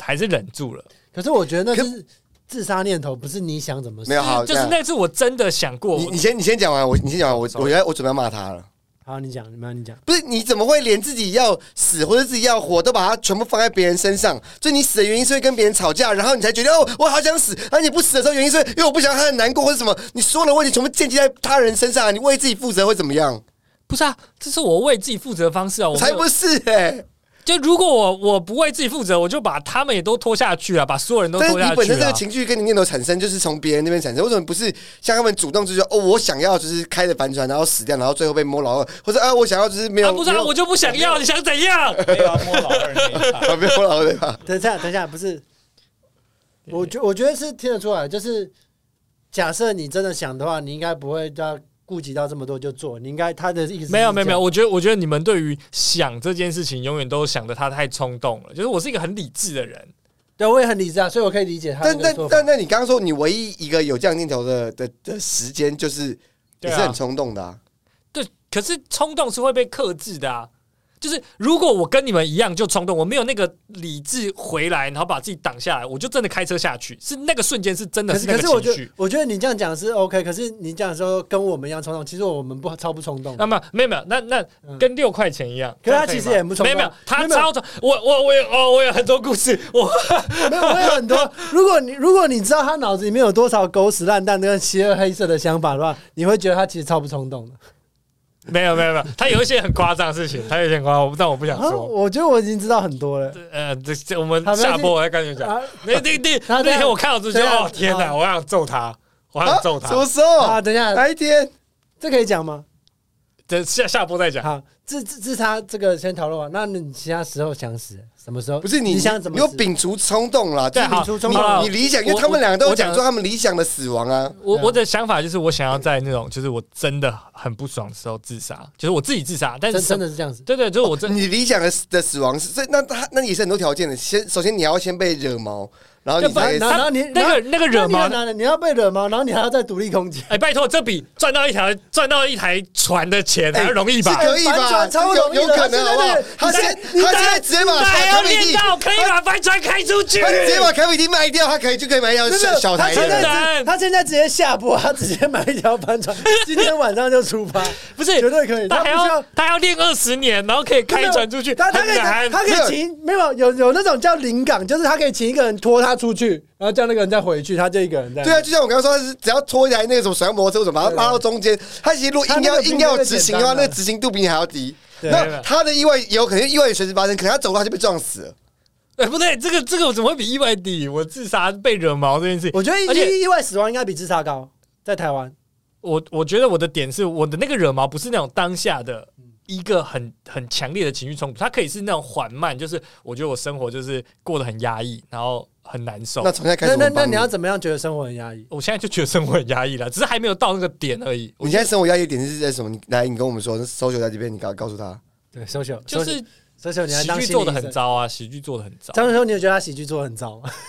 还是忍住了。可是我觉得那是自杀念头，不是你想怎么死。没有好，就是这样那次我真的想过，你你先你先讲完，我你先讲完，我我 Sorry 觉得我准备要骂他了。好，你讲，你慢慢讲。不是你怎么会连自己要死或者自己要活都把它全部放在别人身上？就你死的原因是会跟别人吵架，然后你才觉得哦，我好想死。然后你不死的时候，原因是因为我不想让他很难过或者什么。你所有的问题全部建立在他人身上，你为自己负责会怎么样？不是啊，这是我为自己负责的方式啊。我没才有不是哎、就如果我我不为自己负责，我就把他们也都拖下去啊，把所有人都但是拖你下本去身这啊个。情绪跟你念头产生，就是从别人那边产生。为什么不是像他们主动就是说哦，我想要就是开着帆船，然后死掉，然后最后被摸老二，或者啊，我想要就是没有，啊，不是没啊，有我就不想要，你想 *laughs* 怎样？没有要摸老二那一趴。啊被摸老二对吧？等一下，等一下，不是，我觉我觉得是听得出来，就是假设你真的想的话，你应该不会要顾及到这么多就做，你应该他的意思是没有没有这没有，样，我觉得我觉得你们对于想这件事情，永远都想的他太冲动了。就是我是一个很理智的人，对，我也很理智啊，所以我可以理解他但的但说法。但但你刚刚说你唯一一个有这样念头的的的时间，就是也对是啊很冲动的啊。对，可是冲动是会被克制的啊。就是如果我跟你们一样就冲动，我没有那个理智回来，然后把自己挡下来，我就真的开车下去。是那个瞬间是真的可是是那可个是我情觉绪得。我觉得你这样讲是 OK，可是你讲说跟我们一样冲动，其实我们不超不冲动的那。么没有没有，那那嗯跟六块钱一样，可是他这样以其实吗也不冲没有没有动，他没有超冲。我我我有哦，我有很多故事，我 *laughs* *laughs* 没有，我有很多。如果你如果你知道他脑子里面有多少狗屎烂蛋跟邪恶黑色的想法的话，你会觉得他其实超不冲动的。没有没有没有，他有一些很夸张的事情，他有一些很夸张，但我不想啊，说。我觉得我已经知道很多了。呃，这这我们好没关下系播我再跟你讲。啊那那那然后这那样天我看到之后就这样哦天哪，啊我想揍他，我想揍什么他。时候啊，？等一下，哦哪一天？啊这可以讲吗？等下下播再讲。好，这这这是他这个先讨论完。那你其他时候想死，什么时候？不是你，你想怎么你有死？摒除冲动啦，对就是好你出你冲好了动你理想，因我为他们两个都我有讲说他们理想的死亡啊。我对啊我的想法就是，我想要在那种就是我真的很不爽的时候自杀，就是我自己自杀，但是真真的是这样子。对对，就是我真你理想的的死亡是这那他那也是很多条件的，先首先你要先被惹毛，然后要你不才然后然后你啊那个那个惹毛那你要。拿的你要被惹毛，然后你还要在独立空间。哎，拜托，这比赚到一条赚到一台船的钱哎还要容易吧？是可以反吧？转超有容易的有可能好不好？他他现现在在他现在直接啊把哪卡要米练蒂，到可以把帆船开出去？他直接把卡米蒂卖掉，他可以就可以买一条没有没小有小他台的现在真的了。了直他现在直接下播，他直接买一条帆 *laughs* 船，今天晚上就出发，不是绝对可以。他他还不需要要他要练二十年，然后可以开船出去，他他可很以难他可没有以请没有有有那种叫临港，就是他可以请一个人拖他出去，然后叫那个人再回去，他就一个人在。对啊，，就像我刚刚说，他是只要拖一台那个什么甩摩托车，怎么把它拉到中间？他其实如果硬他那要个比硬要那个执行简的话，单啊那个执行度比你还要低。对啊那他的意外有可能意外也随时发生，可能他走路他就被撞死了。哎，不对，这个这个我怎么会比意外低？我自杀被惹毛这件事情，我觉得而且意意外死亡应该比自杀高，在台湾。我我觉得我的点是，我的那个惹毛不是那种当下的嗯一个很很强烈的情绪冲突，它可以是那种缓慢，就是我觉得我生活就是过得很压抑，然后很难受那。从现在开那始我那们帮，那你要怎么样觉得生活很压抑？我现在就觉得生活很压抑了，只是还没有到那个点而已。你现在生活压力点是在什么？你来，你跟我们说，搜九在这边，你告告诉他。对，social 就是所以说你还喜当剧心做的理医很生。糟啊，喜剧做的很糟。张时候你有觉得他喜剧做的很糟吗？ *laughs*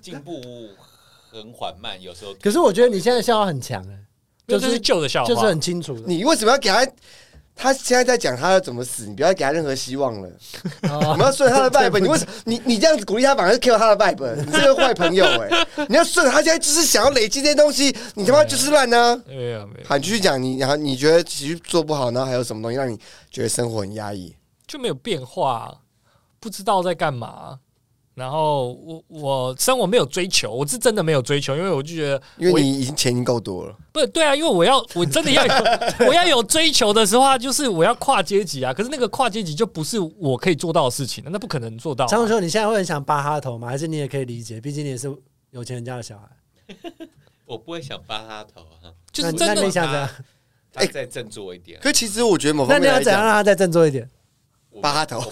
进步很缓慢，有时候可是我觉得你现在笑话很强哎，就就是是旧的笑话，就是很清楚的。你为什么要给他？他现在在讲他要怎么死，你不要给他任何希望 *laughs* 了。哦我们要顺着他的 vibe，你为什么你你这样子鼓励他，反而是 kill 他的 vibe，你这个坏朋友哎、你要顺着他现在就是想要累积这些东西，你他妈就是烂啊呢、没有没有，好，你继续讲，你然后你觉得其实做不好，然后还有什么东西让你觉得生活很压抑？就没有变化啊、不知道在干嘛啊。然后我我生活没有追求，我是真的没有追求，因为我就觉得因我为你已经钱已经够多了，不对啊，因为我要我真的要有 *laughs* 我要有追求的时候啊，就是我要跨阶级啊。可是那个跨阶级就不是我可以做到的事情，那不可能做到啊、张时候你现在会很想扒他的头吗？还是你也可以理解？毕竟你也是有钱人家的小孩。我不会想扒他头啊。就是那真那你的想怎样？他再振作一点，可其实我觉得某那方你面要来怎样讲，让他再振作一点？我扒他头我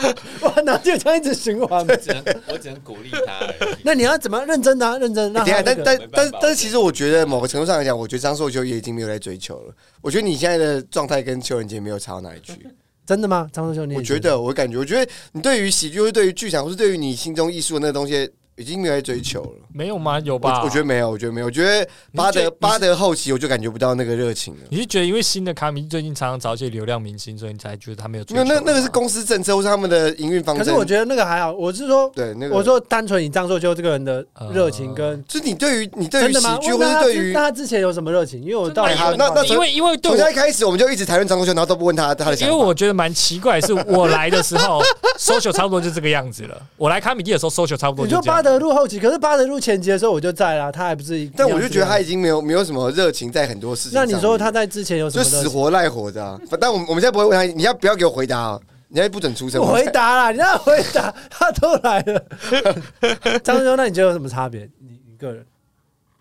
不哇，那就这样一直循环。我只能我只能鼓励他而已。那你要怎么认真的、啊、认真让等他一那下，但个、但没办法但但我觉得是，其实我觉得某个程度上来讲，我觉得张硕修也已经没有在追求了。我觉得你现在的状态跟邱仁杰没有差到哪里去。真的吗？张叔兄，你也我觉得，我感觉，我觉得你对于喜剧，或是对于剧场，或是对于你心中艺术的那个东西，已经没有在追求了。没有吗？有吧？我我觉得没有，我觉得没有，我觉得巴你觉德得巴德后期我就感觉不到那个热情了。你是觉得因为新的卡米最近常常找一些流量明星，所以你才觉得他没有追因为求？那那个是公司政策，或是他们的营运方可针。是我觉得那个还好。我是说，对那个，我说单纯以张寿修这个人的热情跟、就你对于你呃对真于的喜吗？剧，我或那是他对之于那他之前有什么热情？因为我到底真的好那那因为因为对从我现在开始，我们就一直谈论张国修，然后都不问他他的因想为法。我觉得蛮奇怪，是我来的时候 social 差不多就这个样子了。我来卡米蒂的时候 social 差不多你就说这样巴。德路后期，可是巴德路前期的时候我就在啦，他还不是一？但我就觉得他一已经没有没有什么热情在很多事情上样面。子一样那你说他在之前有什就么热死情？活赖活的、啊。反但我们我们现在不会问他，你要不要给我回答、啊？你现在不准出声。我回答啦，你让他回答，他都来了。 *laughs* 张寿修，那你觉得有什么差别？你你个人，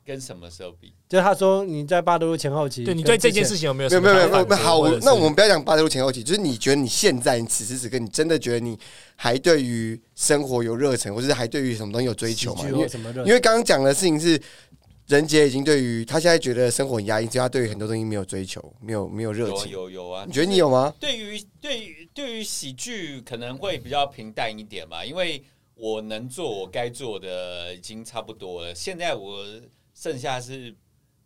跟什么时候比？就他说你在巴德路前后期，对你对这件事。事情有没有没有什么没有没有想没法有或者没有是？好，我那我们不要讲八德路前后期，就是你觉得你现在你此时此刻，你真的觉得你还对于生活有热忱，或者是还对于什么东西有追求吗？喜剧因或为什么热因为刚刚讲的事情是，任杰已经对于他现在觉得生活很压抑，所以他对于很多东西没有追求，没有没有热有啊情。有有啊！你觉得你有吗？对于对于对于喜剧可能会比较平淡一点嘛，因为我能做我该做的已经差不多了。现在我剩下是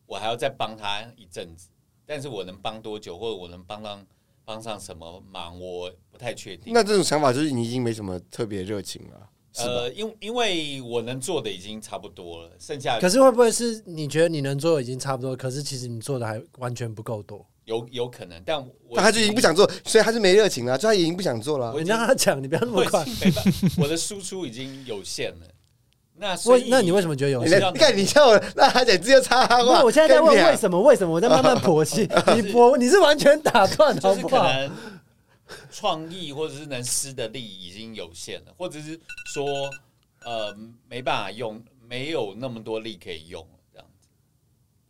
我还要再帮他一阵子，但是我能帮多久，或者我能帮到帮上什么忙，我不太确定。那这种想法就是你已经没什么特别热情了，是吧？呃，因因为我能做的已经差不多了，剩下可是会不会是你觉得你能做的已经差不多，可是其实你做的还完全不够多？有有可能，但我但他就已经不想做，所以他是没热情了，就他已经不想做了我。你已经让他讲，你不要那我么已快。经没办法，我的输出已经有限 *laughs* 了。那所为以那你为什么觉得有我你知限？道看，你看，你叫我 *laughs* 那他简直就插话。那我现在在问为么？什么？为什么我在慢慢剖析？就是你剖你是完全打断就好是不可好？能创意或者是能施的力已经有限了，或者是说呃没办法用，没有那么多力可以用了，这样子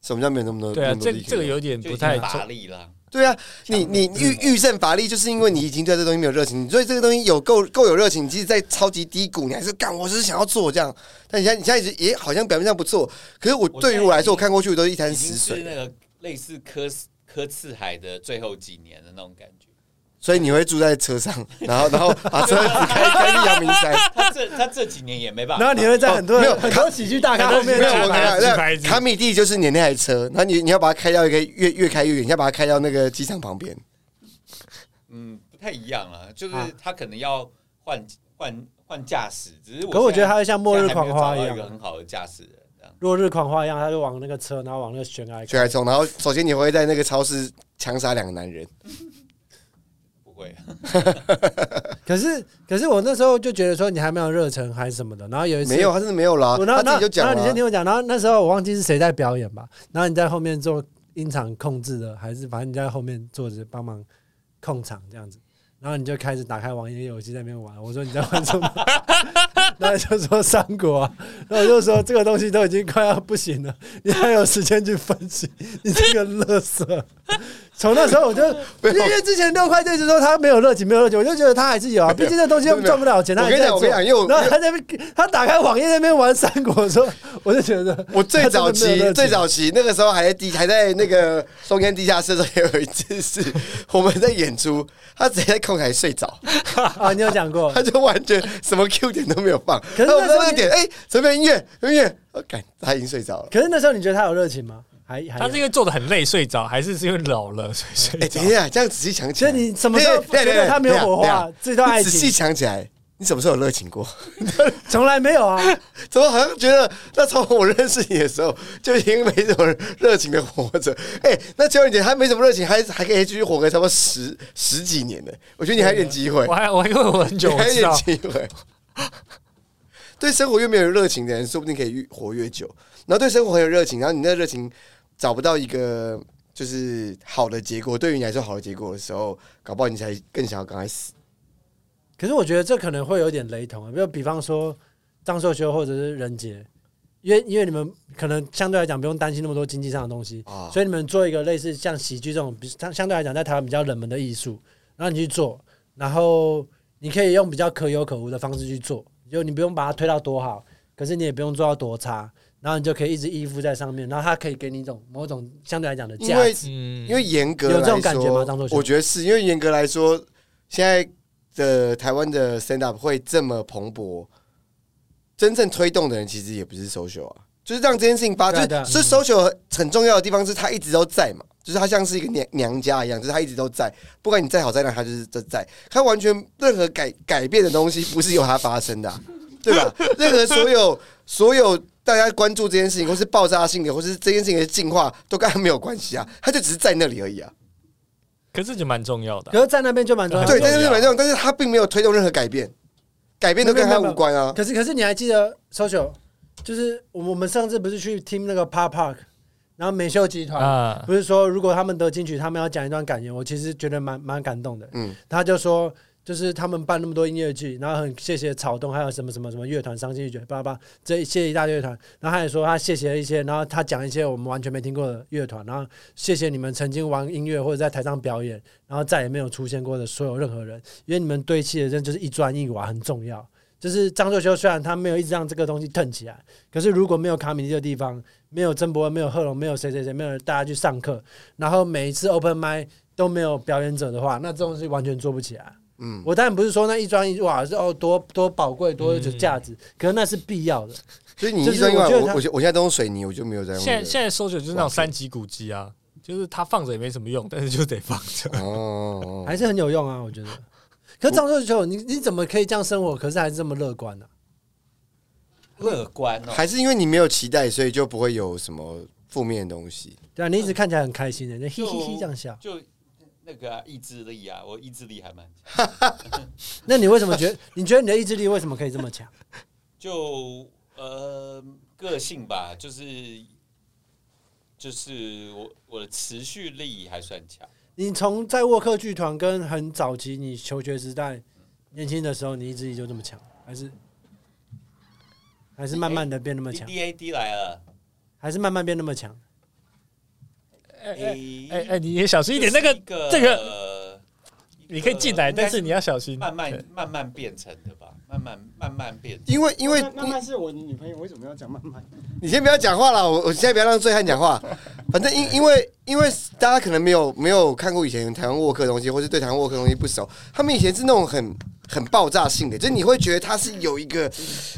什么叫没有那么多？对啊那，么多这力可以这个用有点就不已太经乏聪力啦。对啊，你你预预胜乏力，就是因为你已经对这东西没有热情，你对这个东西有够够有热情，你即使在超级低谷，你还是干，我就是想要做这样。但你现在你现在一直也好像表面上不错，可是我我对于我来说，我看过去我都一已滩经死是那水。个类似科科次海的最后几年的那种感觉。所以你会住在车上，然后然后把车子开开去阳明山。他这他这几年也没办然法后，你会在很多没有很多喜剧大咖很多后面喜剧没有，大咖讲我跟啊，你讲，卡米蒂就是你那台车，然后你你要把它开到一个越越开越远，你要把它开到那个机场旁边。嗯，不太一样啊，就是啊他可能要换换换驾驶，只是我可我觉得他现会像在末日现在还没狂有花找一到样一个，很好的驾驶人这样。落日狂花一样，他就往那个车，然后往那个悬崖。去海冲，然后首先你会在那个超市枪杀两个男人，不会， *laughs* 可是可是我那时候就觉得说你还没有热忱还是什么的，然后有一次没有，他真的没有啦，我然哦他后自己就然讲后你了啊先。听我讲，然后那时候我忘记是谁在表演吧，然后你在后面做音场控制的，还是反正你在后面坐着帮忙控场这样子，然后你就开始打开网页游戏在那边玩，我说你在玩什 *laughs* 么？然后你就说三国、啊，然后我就说这个东西都已经快要不行了，你还有时间去分析？你这个乐色！从那时候我 *laughs* 就，因为因为之前六块就一直说他没有热情，没有热情，我就觉得他还是有啊，毕竟这东西又赚不了钱，他我还跟你在讲，我做跟你。讲，因为我然后他在那边，他打开网页那边玩三国的时候，我就觉得我最早他真的没有热情期最早期那个时候还在地还在那个松烟地下室的时候，有一次是 *laughs* 我们在演出，他直接在空台 *laughs* 睡着，啊，你有讲过， *laughs* 他就完全什么 Q 点都没有放。可是那时然候后我们在那个点，哎，这边音乐音乐，我感他已经睡着了。可是那时候你觉得他有热情吗？还还有他是因为做的很累睡着，还是是因为老了所以睡哎，着等？一下，这样仔细想起所来，哎以你什么时候对觉对得对，他没有火等一下花？这段爱你仔细情想起来，你什么时候有热情过？从来没有啊，怎么好像觉得那从我认识你的时候就已经没什么热情的活着？哎、那邱仁杰他没什么热情，还还可以继续活个差不多十十几年呢。我觉得你还有点机会我，还我还以为我很你久，我还有知点道机会。对生活越没有热情的人，说不定可以越活越久。然后对生活很有热情，然后你那热情找不到一个就是好的结果，对于你来说好的结果的时候，搞不好你才更想要赶快死。可是我觉得这可能会有点雷同啊，比如比方说张硕修或者是任杰，因为因为你们可能相对来讲不用担心那么多经济上的东西啊，所以你们做一个类似像喜剧这种，比相相对来讲在台湾比较冷门的艺术，然后你去做，然后你可以用比较可有可无的方式去做，就你不用把它推到多好，可是你也不用做到多差，然后你就可以一直依附在上面，然后它可以给你一种某种相对来讲的因价值为。嗯，因为严格来有说，这种感觉吗张作秀我觉得是因为严格来说，现在的台湾的 stand up 会这么蓬勃，真正推动的人其实也不是 social 啊，就是让这件事情发，对啊就对啊是所以 social 很重要的地方是它一直都在嘛，就是它像是一个娘娘家一样，就是它一直都在，不管你再好再烂，它就是都在，它完全任何改改变的东西不是由它发生的啊、 *laughs* 对吧？任何所有所有。大家关注这件事情，或是爆炸性的，或是这件事情的进化，都跟它没有关系啊，它就只是在那里而已啊。可是就蛮重要的啊。可是在那边就蛮重要的，对，很重但要是日本这种，但是他并没有推动任何改变，改变都跟他无关啊。可是可是你还记得 social，就是我们我们上次不是去听那个 Park Park，然后美秀集团、啊，不是说如果他们得金曲，他们要讲一段感言，我其实觉得蛮蛮感动的。嗯，他就说，就是他们办那么多音乐剧，然后很谢谢草东，还有什么什么什么乐团、伤心欲绝，叭叭，这一谢谢一大堆乐团。然后他也说他谢谢一些，然后他讲一些我们完全没听过的乐团，然后谢谢你们曾经玩音乐或者在台上表演，然后再也没有出现过的所有任何人，因为你们堆砌的真就是一砖一瓦很重要。就是张作修，虽然他没有一直让这个东西腾起来，可是如果没有卡米蒂的地方，没有曾博文，没有贺龙，没有谁谁谁，没有人大家去上课，然后每一次 open m i 都没有表演者的话，那这种事完全做不起来。嗯，我当然不是说那一砖一瓦是哦多多宝贵多有嗯价值，可是那是必要的。所以你就一是砖一瓦，我觉得我他我我现在都用水泥，我就没有在用现那在个。现在 social 就是那种三级古迹啊，就是他放着也没什么用，但是就得放着。哦，还是很有用啊，我觉得。可张秀球，你你怎么可以这样生活？可是还是这么乐观呢、啊乐观哦。还是因为你没有期待，所以就不会有什么负面的东西。对啊，你一直看起来很开心的，你嘿就嘿嘿这样笑。就那个、啊、意志力啊，我意志力还蛮强。那你为什么觉得？你觉得你的意志力为什么可以这么强？就呃，个性吧，就是就是我我的持续力还算强。你从在沃克剧团跟很早期你求学时代年轻的时候，你意志力就这么强，还是还是慢慢的变那么 D 强， D A D 来了，还是慢慢变那么强？哎哎哎哎哎，你也小心一点，那个个这个个你可以进来，应该但是你要小心。慢慢慢慢变成的吧，慢慢慢慢变成。因为因为慢慢是我女朋友，为什么要讲慢慢？你先不要讲话了，我我现在不要让醉汉讲话。反正因因为因为大家可能没有没有看过以前台湾沃克的东西，或是对台湾沃克的东西不熟，他们以前是那种很很爆炸性的，就是你会觉得他是有一个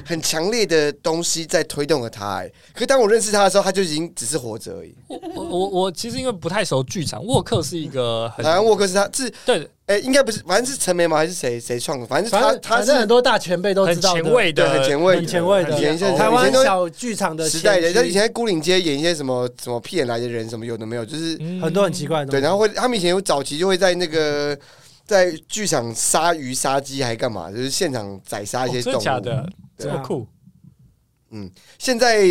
很强烈的东西在推动着他、哎，可当我认识他的时候，他就已经只是活着而已。我我我其实因为不太熟剧场，沃克是一个很台湾沃克是他是对哎、应该不是，反正是陈梅吗？还是谁谁创的？反正是反他正他反正很是多大前辈都知很道前的，卫的，对很前卫很前卫的以前是台以湾前都小剧场的时代人，他先驱以前在孤岭街演一些什么什么屁眼来的人，什么有的没有，就是嗯很多很奇怪的东对，西。然后会他们以前有早期就会在那个在剧场杀鱼杀鸡还干嘛，就是现场宰杀一哦些动真的物。假的？这对啊么酷？现在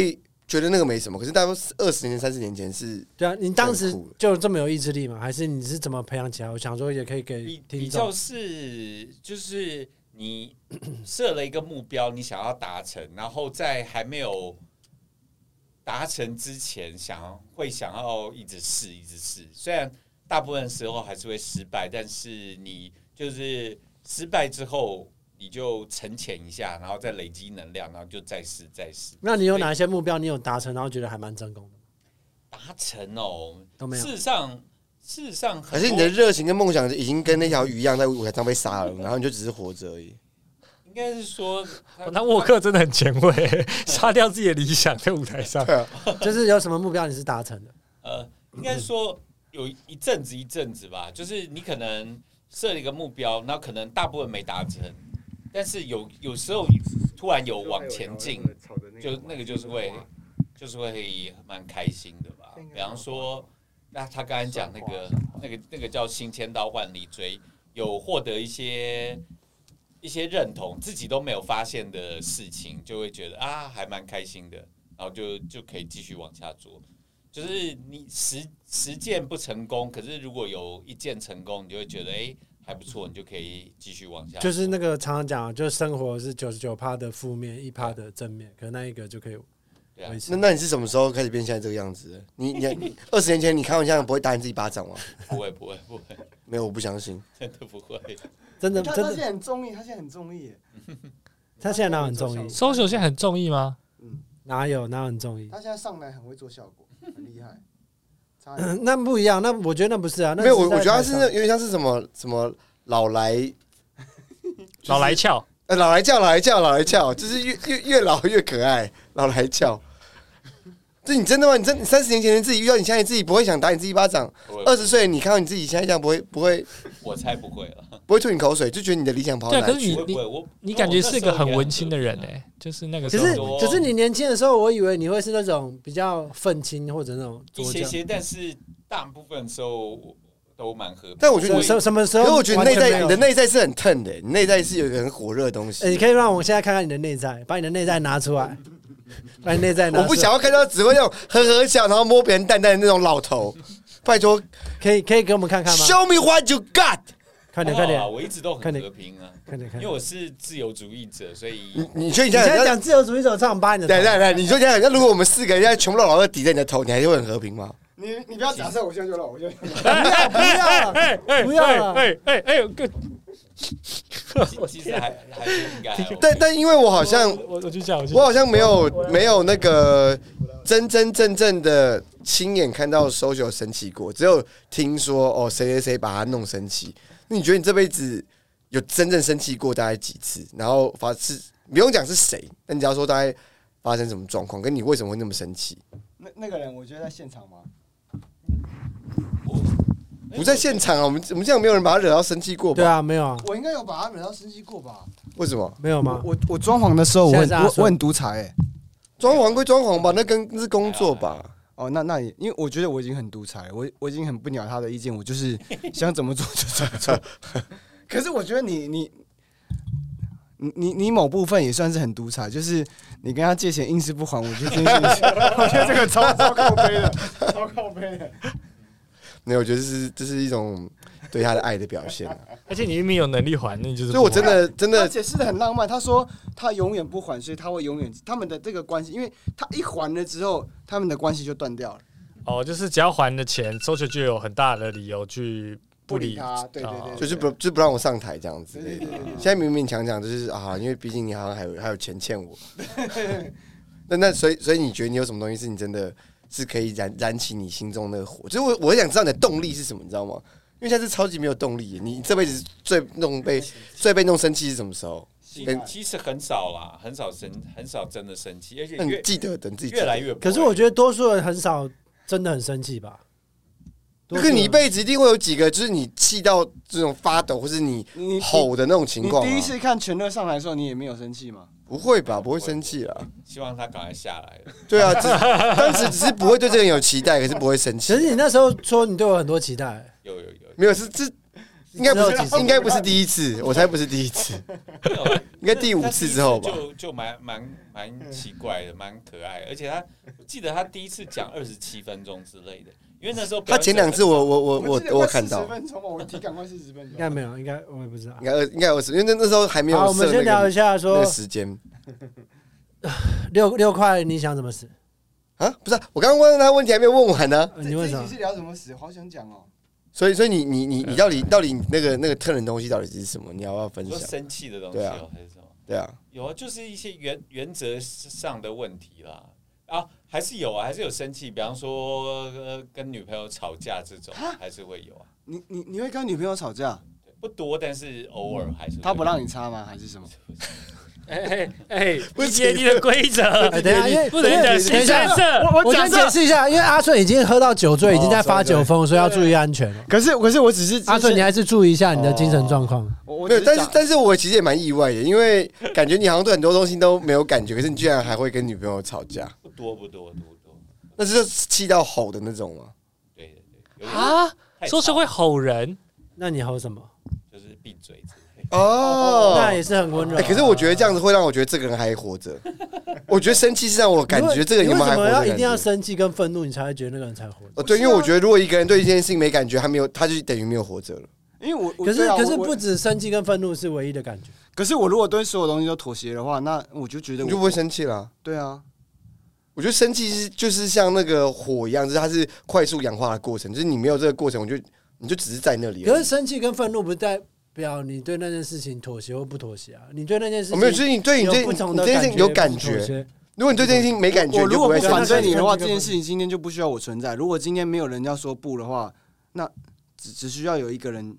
觉得那个没什么，可是大概二十年前、三十年前是对啊，你当时很酷就这么有意志力吗？还是你是怎么培养起来？我想说也可以给比比听较众。是就是你 *coughs* 设了一个目标，你想要达成，然后在还没有达成之前，想要会想要一直试，一直试。虽然大部分时候还是会失败，但是你就是失败之后，你就沉潜一下，然后再累积能量，然后就再试再试。那你有哪些目标你有达成，然后觉得还蛮成功的？达成哦？都没有事实上，事实上很多，可是你的热情跟梦想已经跟那条鱼一样在舞台上被杀了，然后你就只是活着而已。应该是说他，哦那沃克真的很前 *laughs* 卫，杀掉自己的理想在舞台上。就是有什么目标你是达成的？呃，应该是说有一阵子一阵子吧，就是你可能设了一个目标，那可能大部分没达成，但是有有时候突然有往前进，，就那个就是会就是会蛮开心的吧。比方说，那他刚才讲那个那个那个叫新千刀万里追，有获得一些。一些认同自己都没有发现的事情，就会觉得啊，还蛮开心的，然后就就可以继续往下做。就是你十十件不成功，可是如果有一件成功，你就会觉得哎、诶还不错，你就可以继续往下就做。是那个常常讲啊，就是生活是九十九趴的负面，一趴的正面，可能那一个就可以对啊维持那。那你是什么时候开始变现在这个样子的？你你二十年前你开玩笑不会打你自己巴掌吗？不会不会不会，没有，我不相信。真的不会。 *laughs* 真的他他真现的，在很中意，他现在很中意，他现在哪有很中意？ social 现在很中意吗？哪有哪有很中意？他现在上来很会做效果，很厉害。 *clears throat* 差点那不一样，那我觉得那不是啊，那没有，我是在我觉得他是那台有点像是什么什么老来老来俏，呃，老来叫，老来叫，老来叫，就是越越越老越可爱，老来叫。这你真的吗？你真你三十年前的自己遇到你现在自己不会想打你自己巴掌，不会二十岁你看到你自己现在这样不会不会我才不会了。不会吐你口水，就觉得你的理想跑到对啊，哪可里是去？你不会你不会，我你感觉是一个很文青的人哎、哎、就是那个上时可候是我可是你年轻的时候，我以为你会是那种比较愤青或者那种一左些倾。些，但是大部分时候我都蛮和平。但我觉得什什你什么时可候？是我觉得你内完全在没有你的内在是很疼的，你内在是有一个很火热的东西。哎、你可以让我现在看看你的内在，把你的内在拿出 *laughs* 来，把你内在拿出来。我不想要看到只会那种呵呵笑，然后摸别人蛋蛋的那种老头。拜托可以可以给我们看看吗？ ，Show me what you got。快点还快好点啊，我一直都快很点和平啊，快点快因为点！我是自由主义者，所 *laughs* 以你你觉得你你这样现在很像？讲自由主义者，我唱把你的头来来来，你说这样，那如果我们四个人现在全部老老的抵在你的头，你还是会很和平吗？你你不要假设我现在就老，我现在 *laughs* 就老 *laughs* 不要了，哎哎不要了哎哎哎，个其其实还还是应该还 OK。但但因为我好像我我去讲，我去我好像没有没有那个真真正正的亲眼看到 social 生气过，只有听说哦谁谁谁把他弄生气。那你觉得你这辈子有真正生气过大概几次？然后发是不用讲是谁，但你只要说大概发生什么状况，跟你为什么会那么生气？那那个人，我觉得在现场吗？不在现场啊，我们我们这样没有人把他惹到生气过吧？对，啊，没有啊，我应该有把他惹到生气过吧？为什么？没有吗？我我装潢的时候，我现很在是阿我顺我很独裁哎、装潢归装潢吧，那跟那是工作吧。哦，那那也，因为我觉得我已经很独裁了，我我已经很不鸟他的意见，我就是 *laughs* 想怎么做就怎么做。 *laughs* 可是我觉得你你你你你某部分也算是很独裁，就是你跟他借钱硬是不还，我觉得这件事 *laughs* 情我觉得这个超超靠背的，超靠背的。没有，我觉得这是这是一种对他的爱的表现啊、而且你明明有能力还，那你就所是不还。以我真的真他的解释的很浪漫，他说他永远不还，所以他会永远他们的这个关系，因为他一还了之后，他们的关系就断掉了，哦，就是只要还了钱，搜球就有很大的理由去不理理他。对对对，哦就是不就不让我上台这样子对。对对对对现在勉勉强强就是啊，因为毕竟你好像还有还有钱欠 *laughs* 我。那那所以所以你觉得你有什么东西是你真的是可以燃燃起你心中那个火？就是我我很想知道你的动力是什么，你知道吗？因为现在是超级没有动力，你这辈子最弄 *laughs* 被最被弄生气是什么时候？其跟啊其实很少啦，很少生，很少真的生气，而且那你越记得等自己记得越来越不会。可是我觉得多数人很少真的很生气吧。多可数是人你一辈子一定会有几个，就是你气到这种发抖，或是你你你吼的那种情你况、啊。第一次看全乐上来的时候，你也没有生气吗？不会吧？不会生气啦。希望他赶快下来了。对啊，只当时只是不会对这个人有期待，可是不会生气其。实你那时候说你对我很多期待，有有有，没有，是这应该不你知道几次是，应该不是第一次，我才不是第一次，没有应该第五次之后吧他。第一次就就蛮蛮蛮奇怪的，蛮可爱的，而且他我记得他第一次讲二十七分钟之类的，因为那时候他前两次我我我我我看十到，分钟吧，我体感快四十分应钟该。没有，应该我也不知道应。该二应该有十，因为那那时候还没好，我有们设先那聊一个下那说个时间六六块你想怎么死？啊，不是啊，我刚刚问他问题还没有问完呢，呃你问什这一么集？是聊什么史？好想讲哦。所以所以你你你你到底到底你那个那个特人东西到底是什么？你要不要分你说享？生气的东西对哦啊还是什么？对啊，有啊，就是一些原原则上的问题啦。啊，还是有啊，还是有生气，比方说、呃、跟女朋友吵架这种，还是会有啊，你你你会跟女朋友吵架？对不多，但是偶尔还是会她不让你插吗？还是什么？哎哎哎，不不行接你的规则，哎，等一下，因为不能讲等新一下三，色。我我先解释一下，因为阿顺已经喝到酒醉，已经在发酒哦疯，所以要注意安全了。可是可是我只是阿顺，你还是注意一下你的精神状况。我我没有，只但是讲但是我其实也蛮意外的，因为感觉你好像对很多东西都没有感觉，可是你居然还会跟女朋友吵架，不多不多不多不多，那是就气到吼的那种吗？对对对，有点啊，太说是吵会吼人，那你吼什么？就是闭嘴之类的。哦，那也是很温柔啊哎、。可是我觉得这样子会让我觉得这个人还活 *laughs* 着。我觉得生气是让我感觉这个你人为有没有什还活么着要的一感定要觉。生气啊跟愤怒，你才会觉得那个人才活着？哦，呃对，因为我觉得如果一个人对一件事情没感觉，他没有，他就等于没有活着了。因为我我可是对啊可是我不止生气跟愤怒是唯一的感觉。可是我如果对所有东西都妥协的话，那我就觉得你我就不会生气啦、对啊。我觉得生气是就是像那个火一样，就是它是快速氧化的过程，就是你没有这个过程，我就你就只是在那里可而是已。生气跟愤怒不代表你对那件事情妥协或不妥协啊，你对那件事情我、哦没有，就是你对你这有不同你的这件事情有感不妥觉。协如果你对这件事情没感觉，我你就如果会不生反气。对你的话，这个这件事情今天就不需要我存在。如果今天没有人要说不的话，那只只需要有一个人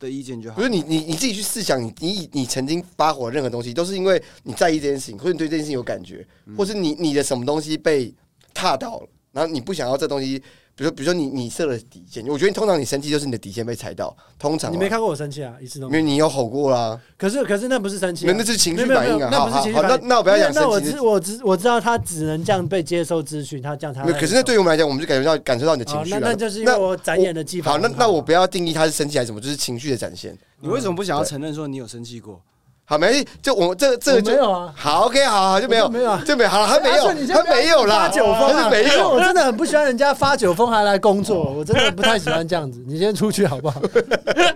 的意见就好不。是你你你自己去试想，你你你曾经发火的任何东西，都是因为你在意这件事情，或者你对这件事情有感觉，或是你你的什么东西被踏到了，然后你不想要这东西，比如说比如说你你设了底线，我觉得通常你生气就是你的底线被踩到，通常啊你没看过我生气啊，一次都因没有。为你有吼过啦，可是可是那不是生气、没啊，有那是情没有绪没有反应啊，没有好那不是好情绪好，反那应。那我不要讲那我生气知的。我知我知道他只能这样被接受资讯，他这样才没有，可是那对于我们来讲，我们就感觉到感受到你的哦情，绪那了。那就是因为我展演的技法好，很那好。那我不要定义他是生气还是什么，就是情绪的展现。你为什么不想要承认说你有生气过？好，没关系，就我们这这我没个就有啊。好，OK，好好就没有，我就没有啊就没有，好了，他没哎阿顺你有，先他不要没有啦，发酒疯他啊！是没因为有哦我。真的很不喜欢人家发酒疯还来工作，我真的不太喜欢这样子。你先出去好不 *laughs* 好？哎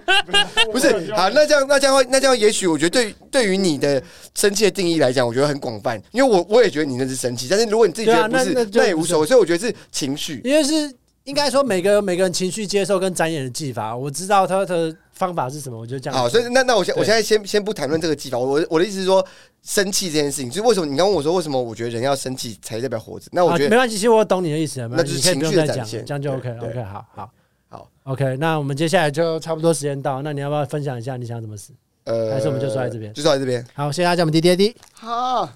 不是，好，那这样，那这样的话，那这样，也许我觉得对对于你的生气的定义来讲，我觉得很广泛，因为我我也觉得你那是生气，但是如果你自己觉对啊得不是，那那就也无所谓，所以我觉得是情绪。因为是应该说每个人每个人情绪接受跟展演的技法，我知道他的方法是什么，我就这样。好，所以那那我现对我现在先先不谈论这个技法，我我的意思是说，生气这件事情，就是为什么你刚问我说为什么我觉得人要生气才代表活着？那我啊觉得没关系，其实我懂你的意思，没关系，那就是你可以不用再讲，情绪的展现这样就 OK 对对 OK，好好好 OK，那我们接下来就差不多时间到，那你要不要分享一下你想怎么死？呃，还是我们就说在这边就说在这边。好，谢谢大家，我们滴滴滴。哈，